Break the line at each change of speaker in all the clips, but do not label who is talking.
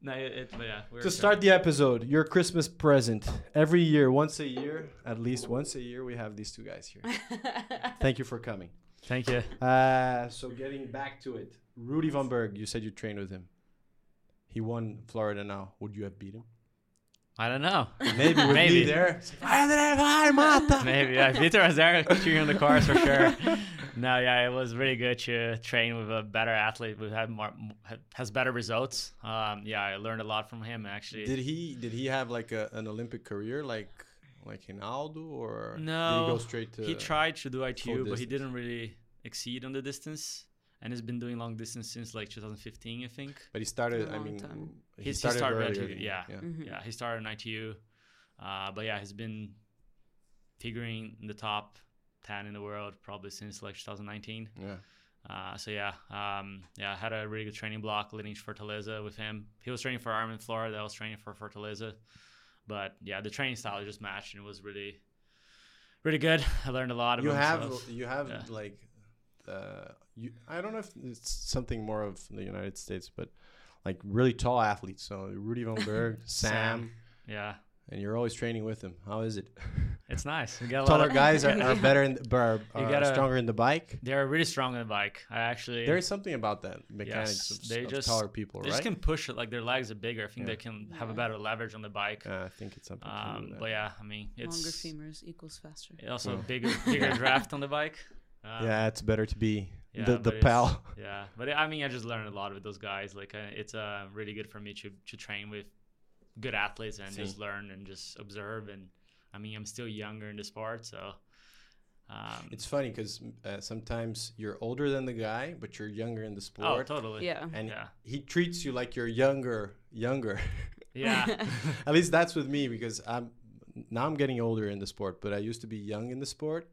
No, it, it- but yeah. we were
To start the episode, your Christmas present. Every year, once a year, at least once a year, we have these two guys here. Thank you for coming.
Thank you.
Uh, so getting back to it, Rudy Von Berg, you said you trained with him. He won Florida now. Would you have beat him?
I don't know.
Maybe with me
Maybe.
there. I don't have high mata.
Maybe. Yeah. Vitor Azar cheering on the course for sure. No, yeah, it was really good to train with a better athlete who had more, has better results. Um, yeah, I learned a lot from him actually.
Did he did he have like a, an Olympic career like like Hinaldo or did
No,
he go straight to
he tried to do ITU, but he
distance.
didn't really exceed on the distance. And he's been doing long distance since like 2015, I think.
But he started.
A
I
long
mean,
time.
He's-
he
he
started,
started
earlier.
relatively-
than-
yeah.
yeah.
Mhm.
Yeah, he started in ITU, uh, but yeah, he's been figuring in the top ten in the world probably since like 2019.
yeah.
Uh, so yeah, um, yeah, I had a really good training block leading to Fortaleza with him. He was training for Armin Florida, I was training for Fortaleza, but yeah, the training style just matched and it was really, really good. I learned a lot.
you
about
have
myself.
you have
yeah.
like uh you i don't know if it's something more of the united states but like really tall athletes so rudy von berg sam,
Yeah,
and you're always training with him how is it
it's nice. We got a lot
taller
of-
guys are, are better in the, are,
You
are
gotta-
stronger in the bike
They are really strong on the bike. I actually
there is something about that
Yes,
mechanics of,
they
of
just-
taller people
They just
right
can push it. Like their legs are bigger. I think
Yeah.
they can have a
Yeah.
better leverage on the bike.
uh, i think it's something to do
um,
with
but
that.
yeah, I mean,
Longer
it's
femurs equals faster.
also
Yeah.
bigger, bigger draft on the bike. Um,
yeah it's better to be
yeah,
the, the
but it's-
pal
yeah. But I mean, I just learned a lot with those guys. Like, uh, it's uh, really good for me to to train with good athletes and just
Sim.
learn and just observe. And I mean, I'm still younger in the sport, so um,
it's funny because uh, sometimes you're older than the guy but you're younger in
oh,
the sport
totally,
Yeah.
and
yeah,
he treats you like you're younger younger
yeah.
at least that's with me because i'm now i'm getting older in the sport but i used to be young in the sport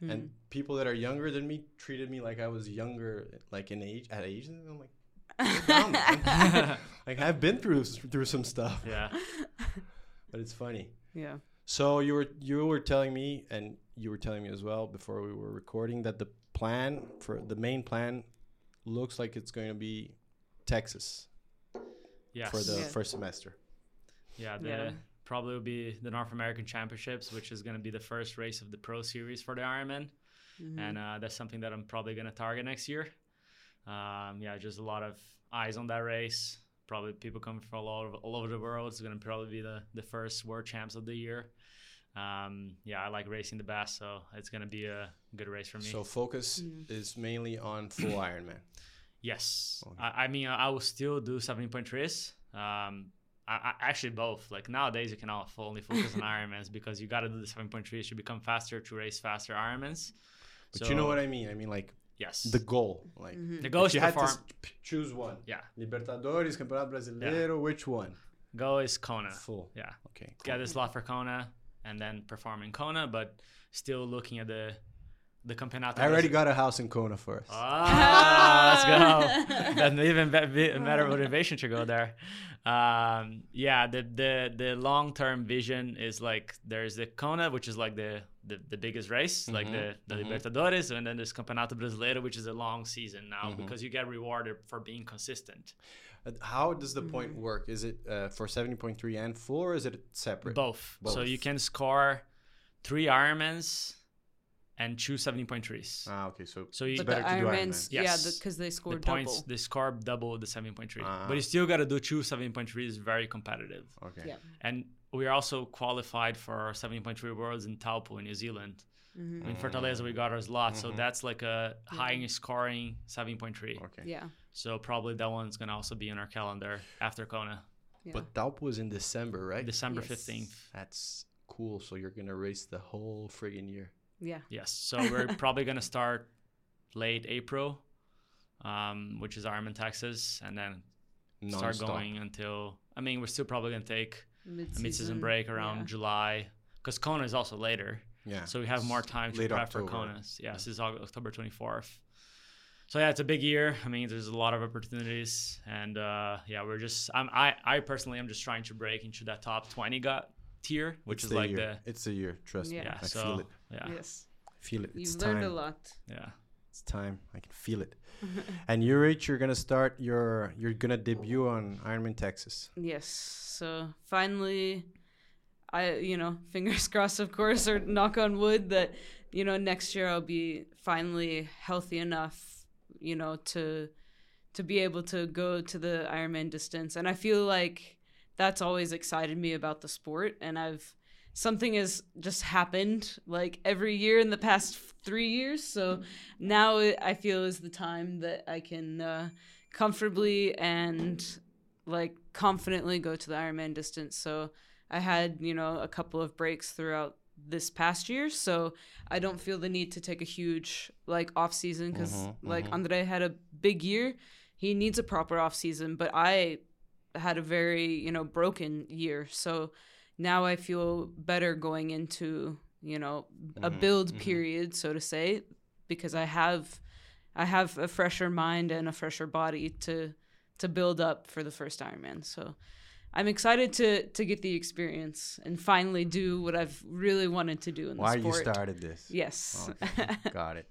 Hmm.
and people that are younger than me treated me like i was younger like in age at age and i'm like "You're dumb, Oh, man." like i've been through s- through some stuff
yeah.
but it's funny
yeah.
so you were you were telling me and you were telling me as well before we were recording that the plan for the main plan looks like it's going to be texas
Yes.
for the
Yeah.
first semester
Yeah, the
Yeah.
probably will be the North American Championships, which is going to be the first race of the Pro Series for the Ironman,
Mm-hmm.
and
Mm-hmm.
uh, that's something that I'm probably going to target next year. Um, yeah, just a lot of eyes on that race. Probably people coming from all over, all over the world. It's going to probably be the, the first world champs of the year. Um, yeah, I like racing the best, so it's going to be a good race for me.
so focus
Mm.
is mainly on full ironman
Yes.
Okay.
I, I mean, I will still do 17.3s. Um, I, I actually both. Like nowadays, you cannot full- only focus on Ironmans because you got to do the 7.3s to become faster to race faster Ironmans.
But you know
So,
what I mean. I mean like
Yes.
the goal. Like
Mm-hmm.
the
if
goal is
you
to
had to
perform.
s- p- choose one.
yeah.
Libertadores, Campeonato Brasileiro. Which one?
Goal is Kona.
Full.
Yeah.
Okay.
Get this lot for Kona and then perform in Kona, but still looking at the the campeonato.
I already got a house in Kona for us.
Uh. Ah, let's go. That's even be- be- better motivation to go there. Um, yeah, the the the long term vision is like there's the Kona, which is like the the, the biggest race, like
Mm-hmm.
the, the Libertadores, and then there's Campeonato Brasileiro, which is a long season now
Mm-hmm.
because you get rewarded for being consistent.
Uh, How does the
Mm.
point work? Is it uh, for seventy point three and full, or is it separate?
Both. So
Both.
you can score three Ironmans and two 17.3s.
Ah, okay. So
so you
But the
better to do Ironman.
Ironmans, yeah,
Yes.
because they score
the points,
double.
the score double the 7.3.
Ah.
But you still got to do two 7.3 is very competitive.
okay.
Yeah.
And we are also qualified for 7.3 worlds in Taupo in New Zealand.
Mm-hmm.
Mm.
In Fortaleza, we got ours lot.
Mm-hmm.
So that's like a highest scoring 7.3.
Okay.
Yeah.
So probably that one's going to also be on our calendar after Kona,
Yeah.
But Taupo was in December, right?
December
Yes.
15th.
That's cool. So you're gonna race the whole friggin' year.
yeah.
Yes. So we're probably going to start late April, um, which is Ironman, Texas, and then start
Non-stop.
going until, I mean, we're still probably going to take a
Mid-season,
mid-season break around
yeah.
July because Kona is also later,
Yeah.
so we have more time to
late
prep
October.
for Kona. Yes, this is August, October 24th. So yeah, it's a big year. I mean, there's a lot of opportunities, and uh, yeah, we're just I'm, I I personally am just trying to break into that top 20 got tier, which
It's
is
the
like
year. it's the year. Trust
the
Yeah.
me.
yeah.
I
so
feel it.
yeah,
Yes.
Feel it. It's
You've
time.
learned a lot.
yeah.
It's time. I can feel it. and you, Rich, you're gonna start your. You're gonna debut on Ironman Texas.
Yes. So finally, I you know fingers crossed, of course, or knock on wood that you know next year I'll be finally healthy enough, you know, to to be able to go to the Ironman distance. And I feel like that's always excited me about the sport, and I've something has just happened like every year in the past three years. So now I feel is the time that I can uh, comfortably and like confidently go to the Ironman distance. So I had, you know, a couple of breaks throughout this past year. So I don't feel the need to take a huge like off season because
Mhm,
like
mhm.
Andre had a big year. He needs a proper off season, but I had a very, you know, broken year. So now I feel better going into you know a
Mhm,
build
mhm.
period, so to say, because I have I have a fresher mind and a fresher body to to build up for the first Ironman. So I'm excited to to get the experience and finally do what I've really wanted to do in
Why
the sport.
you started this? Oh,
Yes.
Okay, Got it.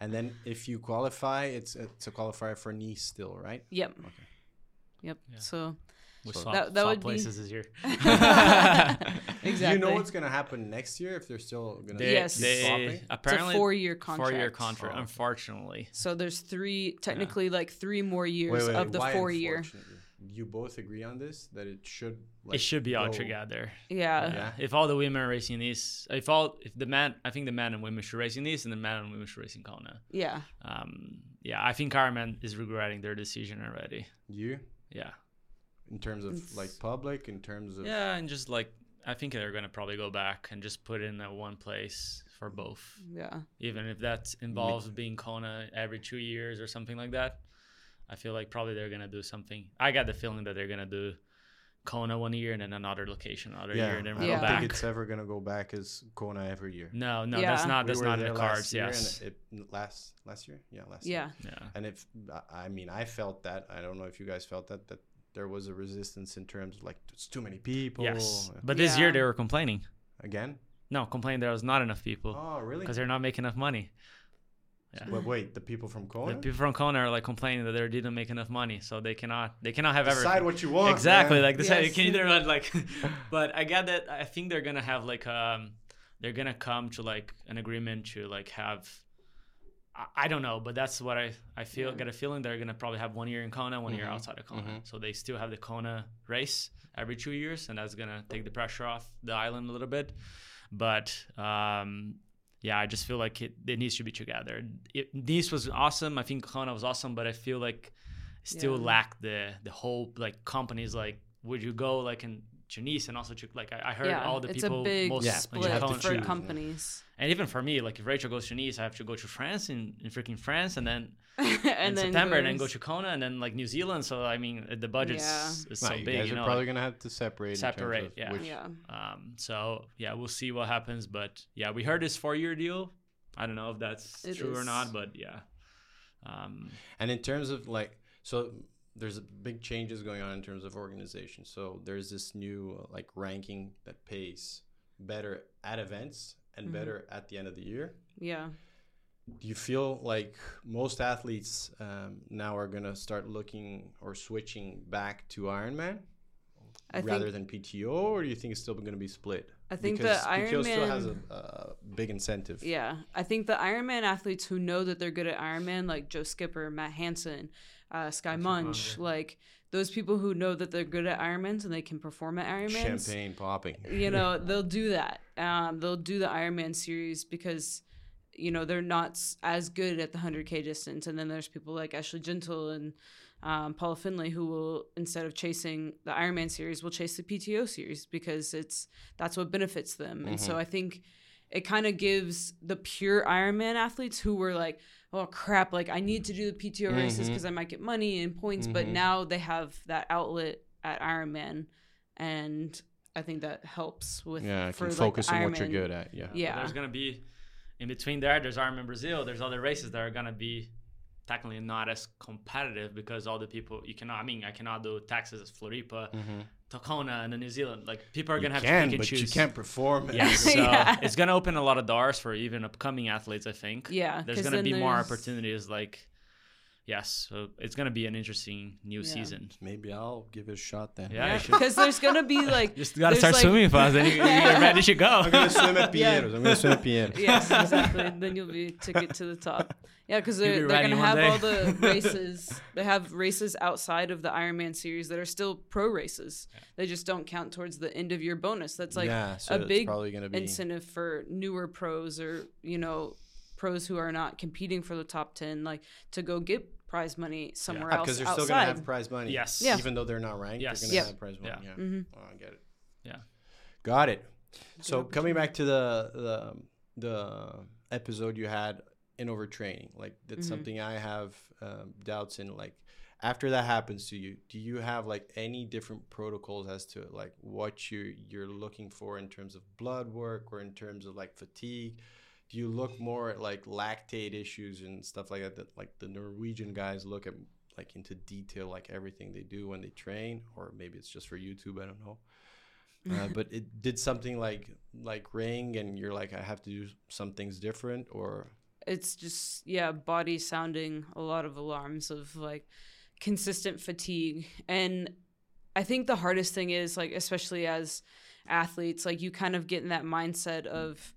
And then if you qualify, it's a, it's a qualifier for Nice still, right?
yep.
Okay.
Yep.
Yeah.
So
We
So-
swap,
That- that
swap
would be-
places this year.
exactly.
Do you know what's gonna happen next year if they're still gonna
They,
keep
Yes.
They,
swapping?
it's a
apparently,
four-year contract.
four-year contract.
Oh.
Unfortunately,
So there's three, technically like three more years
Wait, wait,
of the
why
four-year.
unfortunately? You both agree on this that it should.
it should be all
go-
together.
Yeah.
Yeah.
If all the women are racing these, if all if the men, I think the men and women should race in these, and the men and women should race in Kona.
Yeah.
Um, yeah, I think Ironman is regretting their decision already.
You
Yeah,
in terms of
It's-
like public, in terms of
yeah, and just like I think they're gonna probably go back and just put in that one place for both,
Yeah.
even if that involves being Kona every two years or something like that. I feel like probably they're gonna do something. I got the feeling that they're gonna do Kona one year and then another location another
yeah.
year and then
I
go
don't
back.
think it's ever gonna go back as Kona every year.
no, no, that's
Yeah.
not
We
that's
were
not in the
there last
cards.
year and
Yes.
it, last last year, yeah, last year.
Yeah.
yeah.
And if I- I mean, I felt that. I don't know if you guys felt that that there was a resistance in terms of like it's too many people.
Yes.
Uh,
But this year
Yeah.
they were complaining.
Again?
No, complaining there was not enough people
Oh, really?
because they're not making enough money. yeah.
But wait, the people from
The
Kona
people from Kona are like complaining that they didn't make enough money, so they cannot they cannot have everything.
decide what you want.
exactly
man.
like this
Yes.
can either but like but i get that i think they're gonna have like um they're gonna come to like an agreement to like have i, I don't know but that's what i i feel
Yeah. Mm-hmm.
get a feeling they're gonna probably have one year in kona one year
Mhm.
outside of kona
Mhm.
so they still have the kona race every two years and that's gonna take the pressure off the island a little bit but um yeah, I just feel like it, it needs to be together. It, Nice was awesome. I think Kona was awesome, but I feel like still
Yeah.
lack the the whole like companies like would you go like in to Nice and also to like I, I heard
yeah.
all the
it's
people
a big
most
Yeah, you
split
have to
Kona-
for
choose, yeah.
companies.
and even for me like if Rachel goes to Nice I have to go to France in, in freaking France and then in
and then
September and then go
goes-
to Kona and then like New Zealand so I mean uh, the budget's
Yeah.
is
Nah,
so
you
big
guys
you
are
know
probably
like-
gonna have to separate. in terms
Separate,
of
yeah.
which-
Yeah.
um so yeah we'll see what happens but yeah we heard this four year deal I don't know if that's
It
true or
is.
not but yeah um
And in terms of like, so there's a big changes going on in terms of organization. So there's this new uh, like ranking that pays better at events and
Mhm.
better at the end of the year.
Yeah.
Do you feel like most athletes um, now are gonna start looking or switching back to Ironman
I
rather
think
than PTO, or do you think it's still gonna be split?
I think
because
the
PTO still has
Ironman.
a, a big incentive.
Yeah, I think the Ironman athletes who know that they're good at Ironman, like Joe Skipper, Matt Hansen, uh, Sky
Patrick
Munch,
Longer.
like those people who know that they're good at Ironmans and they can perform at Ironmans.
Champagne popping.
you know they'll do that um, they'll do the ironman series because you know they're not s- as good at the 100k distance and then there's people like ashley gentle and um, paula finley who will instead of chasing the ironman series will chase the pto series because it's that's what benefits them and so i think it kind of gives the pure ironman athletes who were like oh crap like i need to do the pto races
Mhm.
because i might get money and points but
Mhm.
now they have that outlet at ironman and I think that helps with
yeah,
for,
can
like,
focus on what you're
Ironman.
good at. Yeah.
But
Yeah,
there's gonna be in between there. There's Ironman Brazil. There's other races that are gonna be technically not as competitive because all the people you cannot. I mean, I cannot do Texas, as Floripa, Tacoma, and then New Zealand. Like people are
Mm-hmm. You
gonna have to
can,
pick and
but
choose.
you can't perform. at
Yeah,
every-
so
Yeah.
it's gonna open a lot of doors for even upcoming athletes. I think.
Yeah,
there's
'cause
gonna
then
be more
there's-
opportunities. Like, yes, so it's gonna be an interesting new
Yeah.
season.
Maybe I'll give it a shot then.
Yeah, you should.
because there's gonna be like
Just gotta
there's,
start
like-
swimming fast, then you, you're ready to go.
I'm gonna swim at
Yeah.
Pinheiros. I'm gonna swim at Pinheiros.
Yes, exactly. then you'll be ticket to the top. Yeah, because
You'll
they're,
be
they're
riding
gonna
one
have all
day.
the races. They have races outside of the Ironman series that are still pro races. They just don't count towards the end of your bonus. That's like
yeah, so
a
it's
big
probably gonna be.
incentive for newer pros or you know pros who are not competing for the top ten, like to go get prize money somewhere else
because Uh, they're
outside.
still gonna have prize money.
Yes.
Yeah.
Even though they're not ranked,
Yes.
they're gonna
Yeah.
have prize money. Yeah.
Yeah. Mm-hmm.
Mhm.
Oh, I get it.
Yeah.
Got it. So coming back to the the the episode you had in overtraining, like that's
Mhm.
something I have um, doubts in. Like after that happens to you, do you have like any different protocols as to like what you you're looking for in terms of blood work or in terms of like fatigue? Do you look more at like lactate issues and stuff like that? That like the Norwegian guys look at like into detail, like everything they do when they train, or maybe it's just for YouTube. I don't know uh, but it did something like like ring and you're like i have to do some things different or
it's just yeah body sounding a lot of alarms of like consistent fatigue and i think the hardest thing is like especially as athletes like you kind of get in that mindset of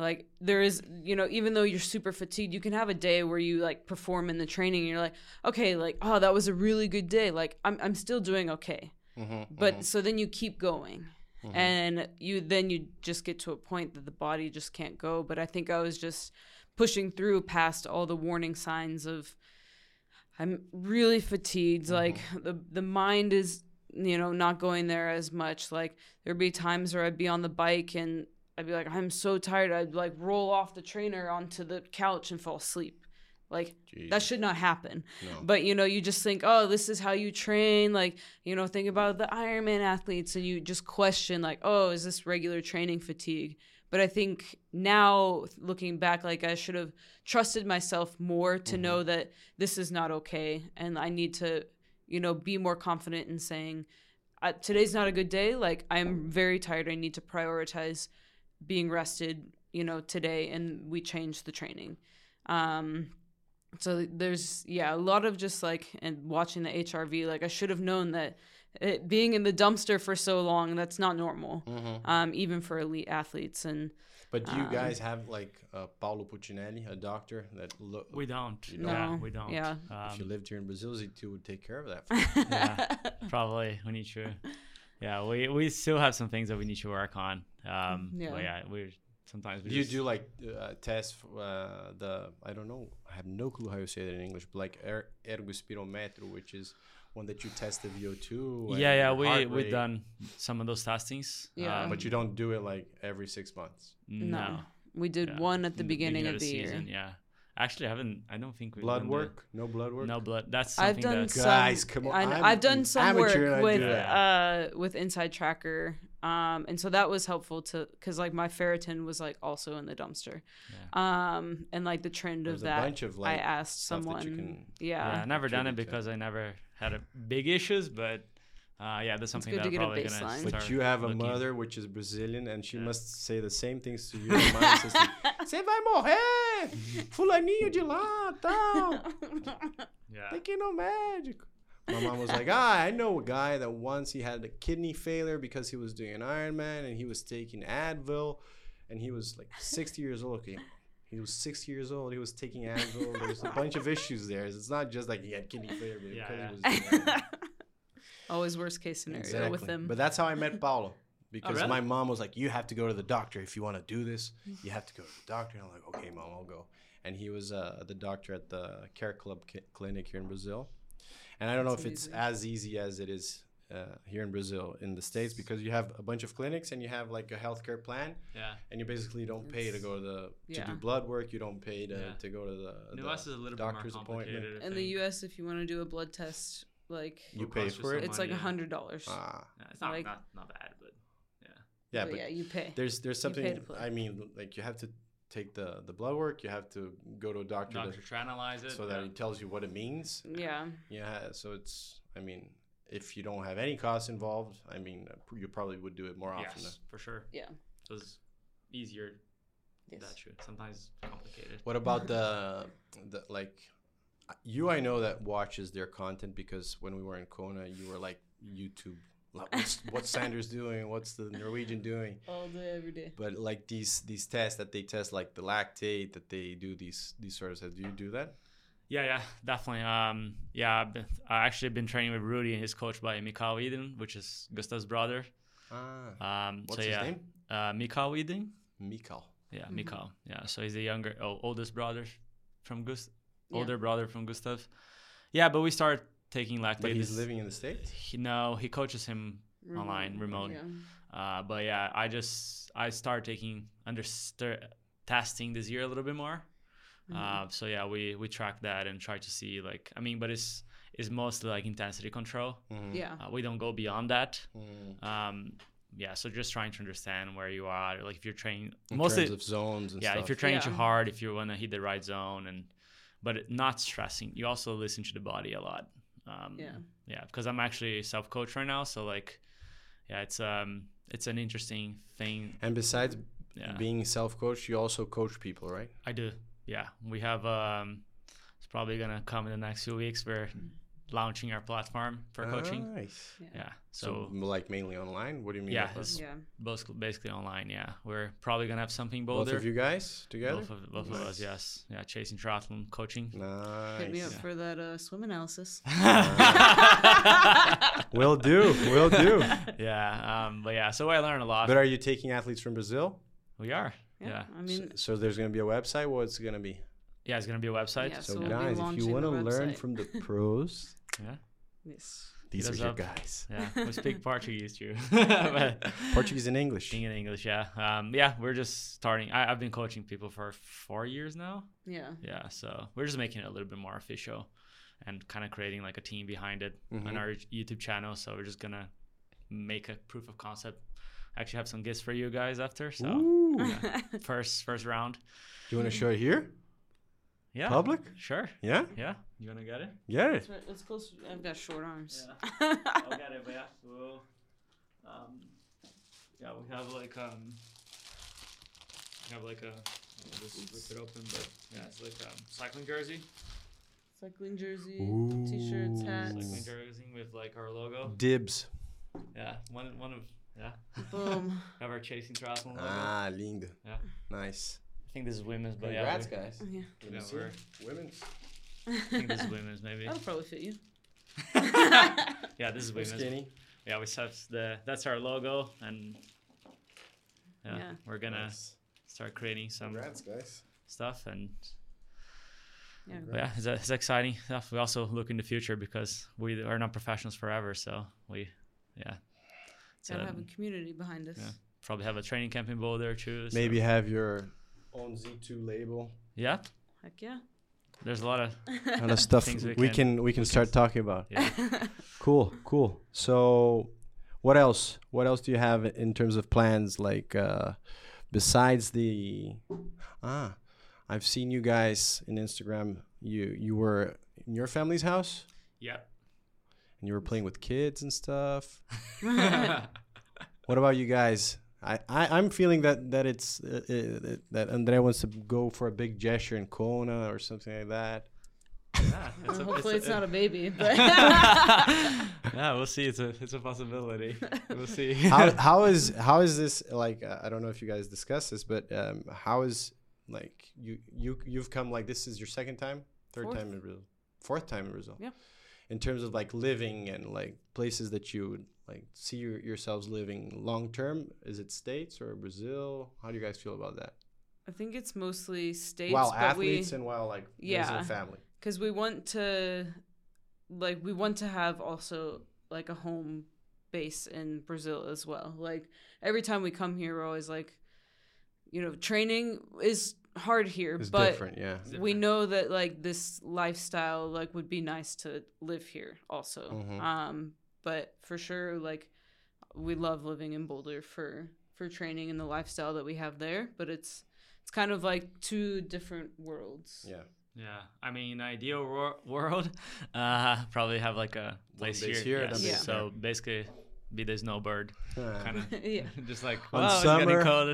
like there is you know even though you're super fatigued you can have a day where you like perform in the training and you're like okay like oh that was a really good day like i'm, I'm still doing okay but
Mm-hmm.
so then you keep going
Mhm.
and you then you just get to a point that the body just can't go but i think i was just pushing through past all the warning signs of i'm really fatigued like the the mind is you know not going there as much like there'd be times where i'd be on the bike and i'd be like i'm so tired i'd like roll off the trainer onto the couch and fall asleep like that should not happen
no.
but you know, you just think, oh, this is how you train. Like, you know, think about the Ironman athletes and you just question, like, oh, is this regular training fatigue? But I think now looking back, like, I should have trusted myself more to know that this is not okay. And I need to, you know, be more confident in saying, uh, today's not a good day. Like, I'm very tired. I need to prioritize being rested, you know, today. And we change the training. Um, so there's yeah a lot of just like and watching the hrv like i should have known that it, being in the dumpster for so long that's not normal
Mhm.
um, even for elite athletes and
but do you
um,
guys have like uh, paolo puccinelli a doctor that look
We don't.
You
don't.
Yeah,
No.
we don't.
Yeah.
if
Um,
you lived here in brazil Z2 would take care of that for you.
Yeah. probably we need to yeah we we still have some things that we need to work on um
Yeah.
yeah but yeah we sometimes we
do you
just-
do like uh, tests for, uh, the i don't know i have no clue how you say that in english but like er- ergospirometry which is one that you test the vo2 and
yeah yeah
your
we
heart
we've
rate,
done um, some of those testings
Yeah.
but you don't do it like every six months
no,
we did
Yeah.
one at the
In
beginning of the, year
season, yeah actually i haven't i don't think we've
blood
done the-
work no blood work
no blood that's something
I've done
that
some,
Guys, come on,
I,
I'm
have
an
done some
amateur and I
work
do
with
that.
uh with Inside Tracker, um, and so that was helpful to because like my ferritin was like also in the dumpster, um, and like the trend
There's
of
a
that.
bunch of, like,
I asked
stuff that you
someone,
can-
yeah,
yeah i've never done it
attribute to it.
because i never had a big issues but uh yeah that's something
good
that
to
i'm
get a
probably gonna
baseline.
start
But
But you have a
looking-
mother which is Brazilian, and she
Yeah.
must say the same things to you. and mine says to you, Você vai morrer! Fulaninho de lá, tal.
yeah
Tem que ir no médico. My mom was like, ah, I know a guy that once he had a kidney failure because he was doing an Ironman and he was taking Advil, and he was like 60 years old. Okay, he was 60 years old. He was taking Advil. There's a bunch of issues there. It's not just like he had kidney failure because
Yeah,
he was
yeah.
doing Ironman.
Always worst case scenario with them.
But that's how I met Paolo. Because
really?
my mom was like, You have to go to the doctor if you want to do this. You have to go to the doctor. And I'm like, Okay, mom, I'll go. And he was uh, the doctor at the Care Club Ki- clinic here in Brazil. And I don't know if it's as easy as it is uh, here in Brazil, in the States, because you have a bunch of clinics and you have like a healthcare plan,
yeah
and you basically don't pay to go to the
Yeah.
to do blood work. You don't pay to,
Yeah.
to go to the,
the
the
us is a little bit more complicated I
in the
think.
U.S., if you want to do a blood test, like
You
It
pay
costs you
for
so
it?
it's like a
money.
hundred dollars.
Ah,
Yeah, it's not,
Like-
not not bad, but yeah.
yeah,
but
but
yeah, you pay.
there's there's
You pay
something
to play.
i mean like you have to take the the blood work. You have to go to a doctor, to-
Doctor to analyze it.
so that
yeah.
he tells you what it means.
Yeah.
Yeah, so it's I mean, if you don't have any costs involved, I mean, uh, you probably would do it more often.
yes, for sure.
Yeah.
It was easier
Yes.
that shit. Sometimes complicated.
What about the the like you I know that watches their content because when we were in Kona, you were like YouTube like, what's, what's Sanders doing? What's the Norwegian doing?
All day, every day.
But like these these tests that they test, like the lactate that they do these these sort of tests. Do you do that?
Yeah, yeah, definitely. Um, yeah, I've been, I actually been training with Rudy and his coach by Mikhail Eden, which is Gustav's brother.
Ah,
Um,
what's
so
his
yeah,
name? Mm-hmm.
Uh, Mikhail Eden.
Mikal.
Yeah,
Mhm.
Mikhail. Yeah, so he's the younger, oh, oldest brother from Gust,
Yeah.
older brother from Gustav. Yeah, but we started taking lactate.
But he's
this-
living in the states.
He, no, he coaches him Online, remote.
Yeah.
Uh, but yeah, I just I started taking under testing this year a little bit more.
Mhm.
Uh, so yeah, we we track that and try to see like I mean, but it's it's mostly like intensity control.
Mhm.
yeah.
Uh, we don't go beyond that.
Mhm.
Um, yeah, so just trying to understand where you are, like if you're training
In
mostly,
terms of zones and
yeah,
stuff.
if you're training too
Yeah.
hard, if you want to hit the right zone, and but it- not stressing. You also listen to the body a lot. Um,
Yeah.
yeah, because I'm actually self coach right now, so like, yeah, it's um, it's an interesting thing.
and besides
Yeah,
being self-coached, you also coach people, right?
I do. Yeah, we have um, it's probably gonna come in the next few weeks. We're launching our platform for coaching.
Nice.
Yeah,
So,
so
m- like mainly online. What do you mean?
Yeah,
by that?
it's-
Yeah.
both basically online. Yeah, we're probably gonna have something bolder.
both of you guys together.
Both of, both of us,
Nice.
yes. Yeah, chasing triathlon coaching.
Nice.
Hit me up
Yeah.
for that uh, swim analysis.
Will do. Will do.
yeah, um, but yeah, so I learned a lot.
But are you taking athletes from Brazil?
we are. Yeah.
yeah.
yeah.
I mean,
S- so, there's going to be a website. What's it going to be?
it's gonna be a website.
Yes.
So,
we'll be
guys, if you
launching
want to
the
learn
website.
from the pros,
Yeah.
yes.
these
Hit
are
us
your
up.
guys.
Yeah. We speak Portuguese too. but
Portuguese and English.
speaking in English, yeah. Um, yeah, we're just starting. I, I've been coaching people for four years now.
Yeah.
Yeah. So we're just making it a little bit more official and kind of creating like a team behind it on
Mhm.
our YouTube channel. So we're just gonna make a proof of concept. I actually have some gifts for you guys after. So
Ooh. Do
first first round.
you want to show it here?
Yeah.
Public?
Sure.
Yeah?
Yeah. You wanna get it?
Get
It's
it.
right- it's close. I've got short arms.
I'll get it, but yeah, we'll, um, yeah, we have like um, we have like a I'll just rip it open, but yeah, it's like um, cycling jersey,
Cycling jersey,
Ooh.
t-shirts,
cycling
hats.
jersey with like our logo.
Dibs. Mm.
Yeah, one one of yeah,
Boom.
have our chasing triathlon logo.
Ah, lindo.
Yeah.
Nice.
I think this is women's, but
Congrats,
yeah,
guys.
Yeah.
we, yeah we're,
Women's.
I think this is women's maybe.
That'll probably fit you.
yeah, this is
We're
women's.
skinny.
Yeah, we have the that's our logo, and yeah,
Yeah.
we're gonna
Nice.
start creating some
Congrats, guys.
stuff and
Yeah.
But yeah, it's, it's exciting stuff. We also look in the future because we are not professionals forever. So we, yeah, so
Gotta have a community behind us.
yeah. probably have a training camp in Boulder too. so-
Maybe have your own Z2 label.
Yeah,
Heck yeah.
there's a lot of.
kind of stuff
Things
we,
we
can,
can-
we can start talking about.
Yeah.
Cool, cool. So, what else? What else do you have in terms of plans? Like, uh, besides the ah, I've seen you guys in Instagram. You you were in your family's house
yeah.
and you were playing with kids and stuff. What about you guys? I, I I'm feeling that that it's uh, uh, that Andrea wants to go for a big gesture in Kona or something like that.
yeah
Well, hopefully it's, not a baby, but
yeah, we'll see. It's a it's a possibility. We'll see.
how, how is how is this like uh, i don't know if you guys discussed this but um how is like you you you've come like this is your second time third
Fourth.
time in brazil fourth time in brazil
Yeah.
in terms of like living and like places that you would like see your, yourselves living long term is it states or brazil how do you guys feel about that
I think it's mostly states.
while
but we,
athletes and while like
Yeah.
brazil family
because we want to like we want to have also like a home base in brazil as well like every time we come here we're always like you know training is hard here
it's
but
different yeah
we know that like this lifestyle like would be nice to live here also
Mhm.
um but for sure like we love living in boulder for for training and the lifestyle that we have there but it's it's kind of like two different worlds.
Yeah.
Yeah, I mean, in ideal wor- world, uh, probably have like a place
base
here.
here,
yes.
then
base
So basically, be the snowbird, kind of,
yeah.
just like
On
well, it's getting
summer,
cold.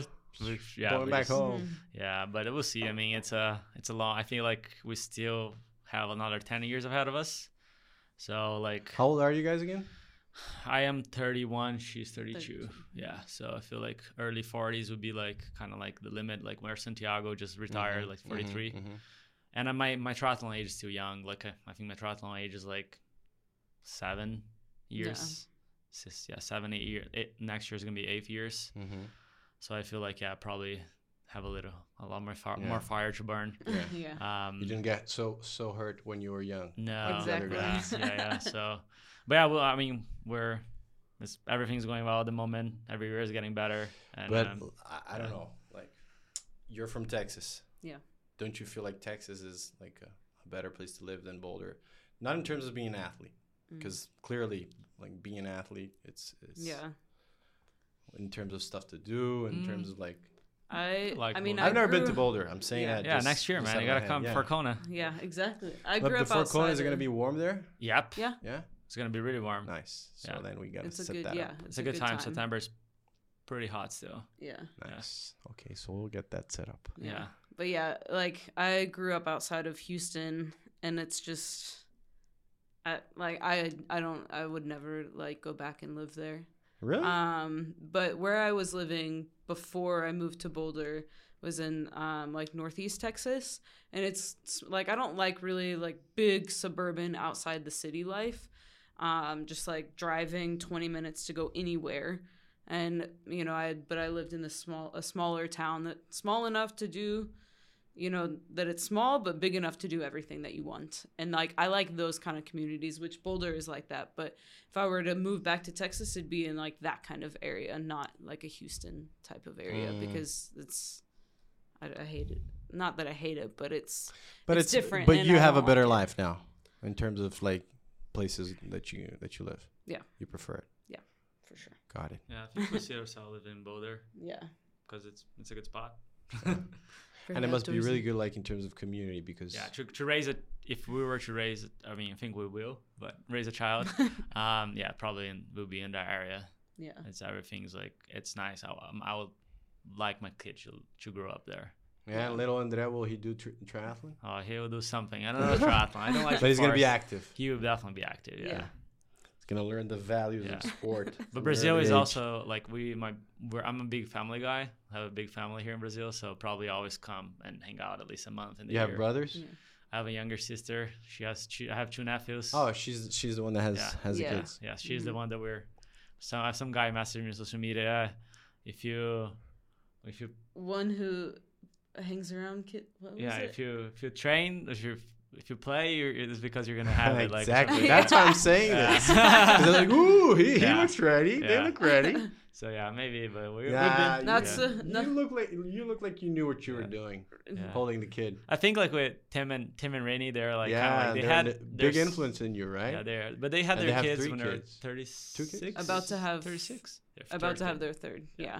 Yeah,
Going
we
back
just-
home.
Mm-hmm.
Yeah, but we'll see. I mean, it's a it's a long. I feel like we still have another ten years ahead of us. So like,
How old are you guys again?
I am 31, she's 32.
32.
Yeah, so I feel like early 40s would be like kind of like the limit, like where Santiago just retired,
Mm-hmm.
like 43.
Mm-hmm.
And I, my my triathlon age is still young. Like I, I think my triathlon age is like seven
Yeah.
years. Six, yeah, seven, eight years. Eight, next year is gonna be eight years.
Mm-hmm.
So I feel like yeah, probably have a little, a lot more fire,
Yeah.
more fire to burn.
Yeah.
Yeah.
Um,
You didn't get so so hurt when you were young.
no,
Like the other
Exactly.
Yeah, yeah, yeah. So, but yeah, well, I mean, we're it's, everything's going well at the moment. Every year is getting better. And,
but
um,
I, I don't
yeah.
know. Like, you're from Texas.
Yeah.
Don't you feel like Texas is like a, a better place to live than Boulder? Not in terms of being an athlete,
Mm.
because clearly, like being an athlete, it's, it's
Yeah.
in terms of stuff to do, in
Mm.
terms of like.
I
Like
I mean
Boulder.
I
I've never been to
grew-
Boulder. I'm saying
Yeah.
that.
yeah,
just-
next year,
just
man,
out
you
of my
gotta
head,
come
yeah.
for Kona.
Yeah, exactly. I
But
grew up
before
outside.
Kona, is it
of-
gonna be warm there?
Yep,
Yeah,
Yeah.
it's gonna be really warm.
Nice. So
Yeah.
then we gotta
it's a
set
good
that
yeah.
up.
It's a good time. September's pretty hot still.
Yeah.
Yeah.
Nice. Okay, so we'll get that set up.
Yeah.
Yeah.
But yeah, like I grew up outside of Houston and it's just I, like I I don't I would never like go back and live there.
Really?
Um but where I was living before I moved to Boulder was in um like northeast Texas and it's it's, like I don't like really like big suburban outside the city life. Um just like driving 20 minutes to go anywhere and you know i but i lived in this small a smaller town that small enough to do you know that it's small but big enough to do everything that you want and like i like those kind of communities which boulder is like that but if i were to move back to texas it'd be in like that kind of area not like a houston type of area
Mm.
because it's I, I hate it not that i hate it but it's
but it's,
it's different
But
and
you
I
have a
don't like
better
it.
life now in terms of like places that you that you live.
Yeah.
You prefer it.
for sure
Got it.
Yeah, I think we see ourselves living in Boulder
yeah
because it's it's a good spot.
and it must be really good like in terms of community because
yeah, to, to raise it, if we were to raise it, I mean, I think we will, but raise a child, um, yeah, probably in, we'll be in that area.
yeah
It's everything's like it's nice. I um, I would like my kid to to grow up there.
yeah, little Andrea will he do tri- triathlon?
Oh, he will do something. I don't know triathlon. I don't like.
But he's gonna be
forest.
active.
He will definitely be active. Yeah.
Yeah.
He's gonna learn the values
Yeah.
of sport. from
But
an
Brazil
early
is
age.
also like we my we're, I'm a big family guy. I have a big family here in Brazil, so probably always come and hang out at least a month in the
You have
year.
brothers?
Yeah.
I have a younger sister. She has two, I have two nephews.
Oh, she's she's the one that has
Yeah.
has
Yeah.
the kids.
Yeah, she's
Mm-hmm.
the one that we're. So I have some guy messaged me on social media. "Uh, If you, if you,
one who hangs around kid what was
yeah,
it?
if you if you train, if you if you play, you're, it's because you're gonna have it. Like
exactly.
something like
That's
that.
why I'm saying
Yeah.
this. 'Cause they're like, ooh, he, he
Yeah.
looks ready. They
Yeah.
look ready.
So yeah, maybe, but we,
Nah,
we've been.
That's
yeah.
uh, no-
You look like you look like you knew what you were
Yeah.
doing,
Yeah.
holding the kid.
I think like with Tim and Tim and Rainey, they're like
yeah,
kind of like they
they're
had
a
their
big
s-
influence in you, right?
Yeah, they're but they had
And they
their
have
kids
three
when they were
kids.
thirty six.
About to have-
thirty six.
about to have their third. Yeah.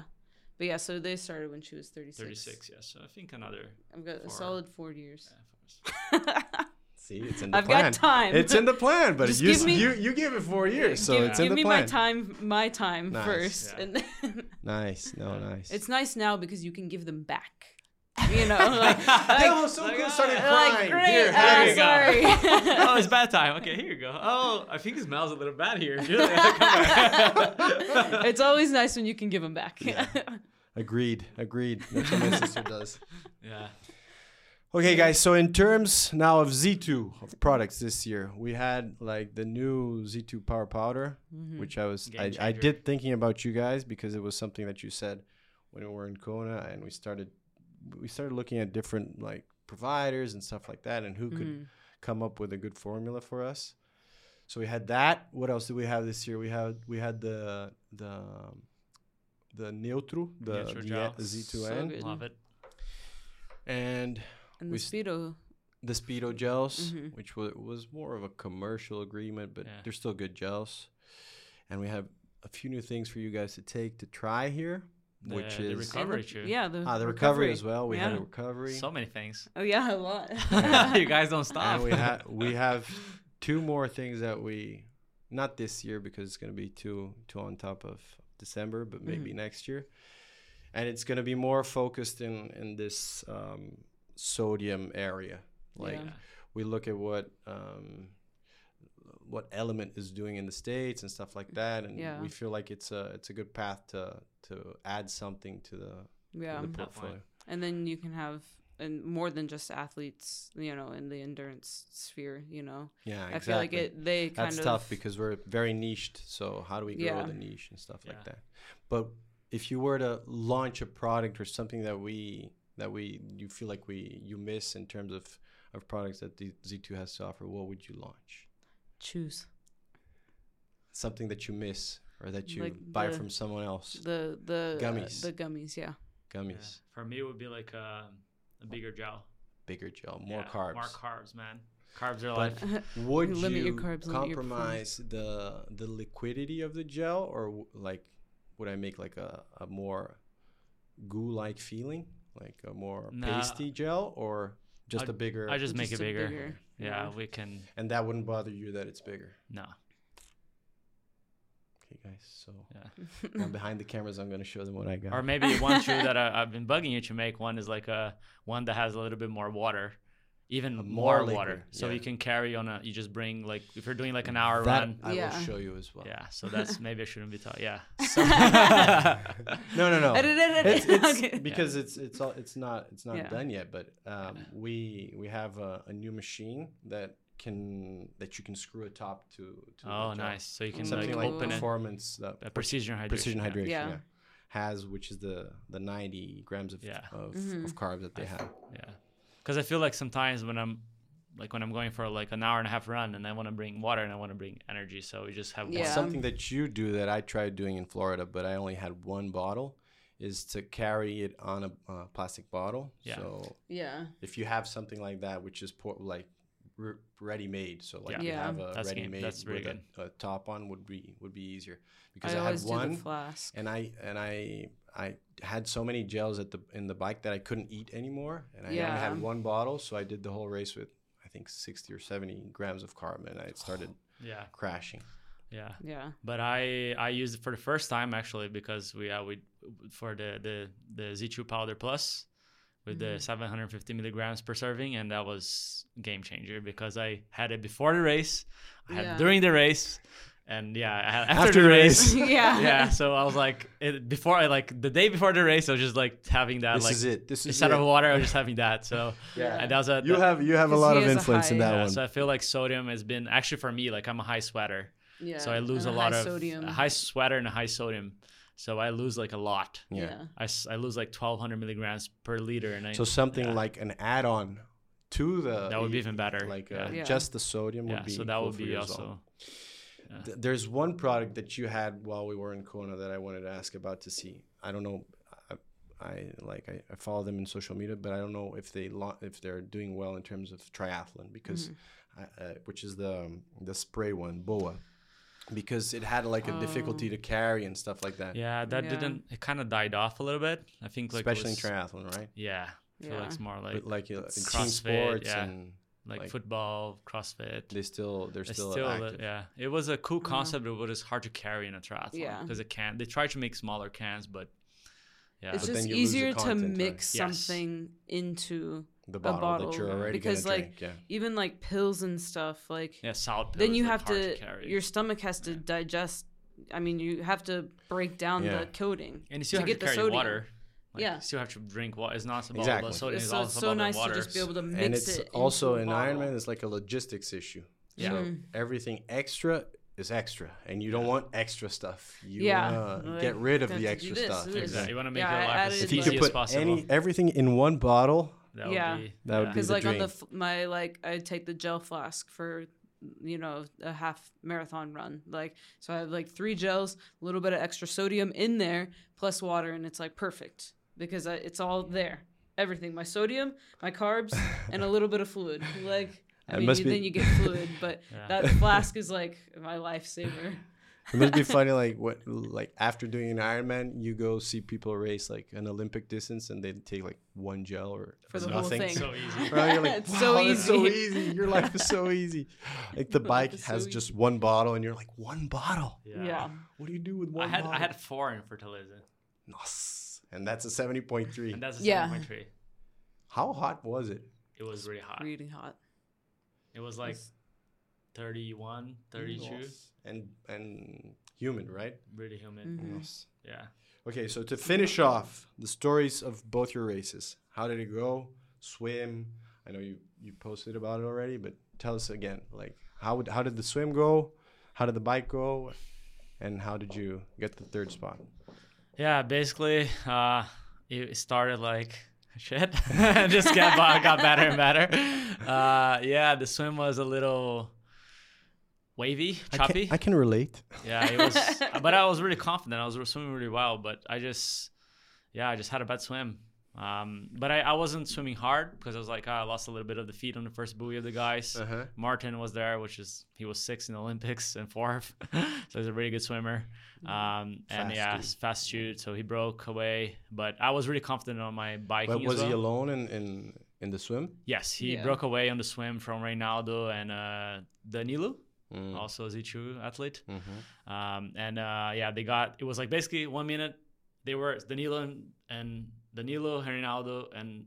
But yeah, so they started when she was 36.
thirty six. Yeah, so I think another.
I've got
Four.
a solid four years.
yeah, first.
See, it's in the
I've
plan.
got time.
It's in the plan, but
Just
you,
give me-
you you gave it four years, so
give,
it's in
give
the
me
plan.
my time my time
Nice.
first.
Yeah.
And then
Nice, no, nice.
it's nice now because you can give them back. You know, like, like,
That was so good, started
like
crying.
great.
Here,
ah,
there you go.
sorry.
oh, it's bedtime. Okay, here you go. Oh, I think it smells a little bad here.
it's always nice when you can give them back.
Yeah. agreed, agreed. That's what my sister does.
yeah.
Okay, guys. So in terms now of Z2 of products this year, we had like the new Z2 Power Powder, which I was
Mm-hmm. Game
I, I
changer.
did thinking about you guys because it was something that you said when we were in Kona, and we started we started looking at different like providers and stuff like that, and who
Mm-hmm.
could come up with a good formula for us. So we had that. What else did we have this year? We had we had the the um, the Neutro, the,
Neutro
the
gel.
So
Z2N,
good.
Love it.
and
And
We
the
s-
speedo.
the Speedo gels,
Mhm.
which was, was more of a commercial agreement, but
Yeah.
they're still good gels. And we have a few new things for you guys to take to try here.
The,
which
the
is
And
recovery
the-
too.
Yeah, the
ah the recovery, as well. We had
Yeah.
a recovery,
So many things.
Oh yeah, a lot.
you guys don't stop.
and we had we have two more things that we not this year because it's gonna be two two on top of December,
Mm-hmm.
but maybe next year, and it's gonna be more focused in in this um, sodium area, like.
Yeah.
we look at what um, what element is doing in the states and stuff like that, and
Yeah.
we feel like it's a it's a good path to to add something to the,
yeah,
the
Definitely.
portfolio.
and then you can have and more than just athletes, you know, in the endurance sphere. You know,
Yeah, exactly.
I feel like it. They kind
That's
of
tough because we're very niched. So how do we grow
Yeah.
the niche and stuff like
Yeah.
that? But if you were to launch a product or something that we that we you feel like we you miss in terms of of products that the Z2 has to offer, what would you launch?
choose
Something that you miss or that you
Like
buy
the-
from someone else?
the the uh,
Gummies.
the gummies. Yeah,
Yeah.
Gummies.
For me, it would be like a, a bigger gel.
bigger gel, more
Yeah,
carbs.
More carbs, man. Carbs are
But
life.
would
Limit
you
your carbs, limit your
compromise the the liquidity of the gel, or w- like would I make like a, a more goo-like feeling, like a more
Nah.
pasty gel, or just
I'd-
a bigger?
I just make
Just
it
a
bigger.
bigger,
Yeah,
yeah.
we can.
and that wouldn't bother you that it's bigger.
No.
Okay, guys. So
Yeah.
now behind the cameras, I'm gonna show them what I got.
Or maybe one too that I, I've been bugging you to make one is like a one that has a little bit more water, even
A
more,
more liquid,
water, so
yeah.
you can carry on a. You just bring like if you're doing like an hour
that
run.
I
Yeah.
will show you as well.
Yeah, so that's maybe I shouldn't be taught. Yeah,
No, no, no.
Edit, edit,
it's,
edit.
it's
Okay.
because it's it's all, it's not it's not
Yeah.
done yet but um, we we have a, a new machine that can that you can screw a top to, to the
oh,
jar.
nice. So you can
something
like,
like
open it.
performance uh,
A precision hydration.
precision
yeah.
hydration
Yeah.
yeah, has which is the the 90 grams of
Yeah.
of,
Mhm.
of carbs that they have
Yeah, because I feel like sometimes when I'm like when I'm going for like an hour and a half run and I want to bring water and I want to bring energy, so we just have
Yeah.
Well, something that you do that I tried doing in Florida, but I only had one bottle, is to carry it on a uh, plastic bottle.
Yeah.
So
yeah,
if you have something like that, which is pour, like re- ready made, so like
Yeah.
you
Yeah.
have a
That's good.
ready made
That's really
with a, a top on would be would be easier because
I
I, had
always do
one
the flask.
and I and I I had so many gels at the in the bike that I couldn't eat anymore, and I only
Yeah.
had one bottle, so I did the whole race with I think sixty or seventy grams of carb, and I started
one. Yeah,
crashing.
yeah.
Yeah,
But I I used it for the first time actually because we uh, we for the the the Z2 powder plus with the 750 milligrams per serving and that was game changer because I had it before the race, I had
Yeah.
it during the race, and yeah, I had after, the
After the
race.
race.
yeah,
yeah, so I was like it, before I like the day before the race I was just like having that
This
like
is it. This is
instead
it.
of water I was just having that. So
Yeah.
and that was a
You have you have a
'Cause
lot
he
of
is a
influence in
high-
that
yeah,
one.
so I feel like sodium has been actually for me like I'm a high sweater.
yeah.
So I lose
and
a lot
high
of
sodium.
a high sweater and a high sodium. So I lose like a lot.
yeah.
yeah.
I, s- I lose like 1200 milligrams per liter. And I,
So something
yeah.
like an add-on to the
that would be even better.
like
yeah.
uh,
Yeah.
just the sodium
Yeah,
would be
so that
cool
would
for
be
you as well.
also. yeah.
Th- There's one product that you had while we were in Kona that I wanted to ask about to see. I don't know. I, I like I, I follow them in social media, but I don't know if they lo- if they're doing well in terms of triathlon because,
Mm-hmm.
I, uh, which is the um, the spray one, boa, because it had like a
Oh.
difficulty to carry and stuff like that.
Yeah, that
Yeah.
didn't, it kind of died off a little bit. I think like. it
especially
was-
in triathlon, right?
Yeah. I feel
Yeah.
like it's more like, like,
but like you know, in team
CrossFit,
sports
yeah.
and like-
football, CrossFit.
they still they're
It's
still,
still a-
active.
yeah, it was a cool concept, but it's hard to carry in a triathlon
Mm. Yeah.
because it can. They tried to make smaller cans, but yeah,
It's
But then
just
you lose the
easier to
content, right?
mix
Yes.
something into
The bottle, that
bottle,
you're already
because,
gonna
like,
drink. Yeah.
even like pills and stuff like
yeah, solid.
then
pills,
you
like,
have
hard
to,
carry.
your stomach has to digest i mean you have to break down
Yeah.
the coating
And you still
to
have
get
to
the
carry
sodium.
water. Like,
Yeah.
You still have to drink water. It's not about
Exactly.
the sodium. It's,
it's so,
also
so
about
nice
the water.
to just be able to mix
And it's
it
also
into
in
a bottle.
Ironman, it's like a logistics issue.
Yeah.
Mm.
So everything extra is extra, and you don't want extra stuff. You
Yeah.
wanna
Like,
get rid of
have
the
to
extra
do this,
stuff.
do this.
Exactly. You want to make
Yeah, I
your life as
added,
If you
Easy
easy
could
as
put
possible.
any everything in one bottle,
that would
Yeah.
be,
That would be
because
the
like on the
dream.
f- my like i take the gel flask for you know a half marathon run like so i have like three gels a little bit of extra sodium in there plus water and it's like perfect because I, it's all there everything my sodium my carbs and a little bit of fluid like i
It
mean
must
you,
be-
then you get fluid but
Yeah.
that flask is like my lifesaver
It must be funny, like what, like after doing an Ironman, you go see people race like an Olympic distance, and they take like one gel or
For the whole
nothing.
thing.
So easy.
Right? You're like,
It's
wow,
so
that's so
easy."
easy. Your life is so easy. Like the
Your life
bike
is so
has
easy.
just one bottle, and you're like, one bottle.
Yeah.
What do you do with one?
I had
bottle?
I had four in fertilizer,
Nos. and that's a seventy point three.
and that's a
Yeah.
seven point three.
How hot was it?
It was really
ah.
hot.
Really hot.
It was like 31, 32,
Nos. And and humid, right?
really humid.
Mhm.
Nos.
Yeah.
Okay, so to finish off the stories of both your races, how did it go? Swim. I know you you posted about it already, but tell us again. Like how would, how did the swim go? How did the bike go? And how did you get the third spot?
Yeah, basically, uh, it started like shit. Just got bo- got better and better. Uh, yeah, the swim was a little wavy, choppy.
I can relate.
Yeah, it was. but I was really confident. I was swimming really well. But I just, yeah, I just had a bad swim. Um, but I, I wasn't swimming hard because I was like, ah, I lost a little bit of the feet on the first buoy of the guys.
Uh-huh.
Martin was there, which is he was sixth in the Olympics and fourth, so he's a really good swimmer. Um, and
Fast
yeah,
dude.
fast shoot. So he broke away, but I was really confident on my biking.
But was
as well.
he alone in in in the swim?
Yes, he
Yeah.
broke away on the swim from Reinaldo and uh, Danilo,
Mm.
also a Zichu athlete.
Mhm.
Um, and uh, yeah, they got it was like basically one minute they were Danilo and, and Danilo, Reinaldo, and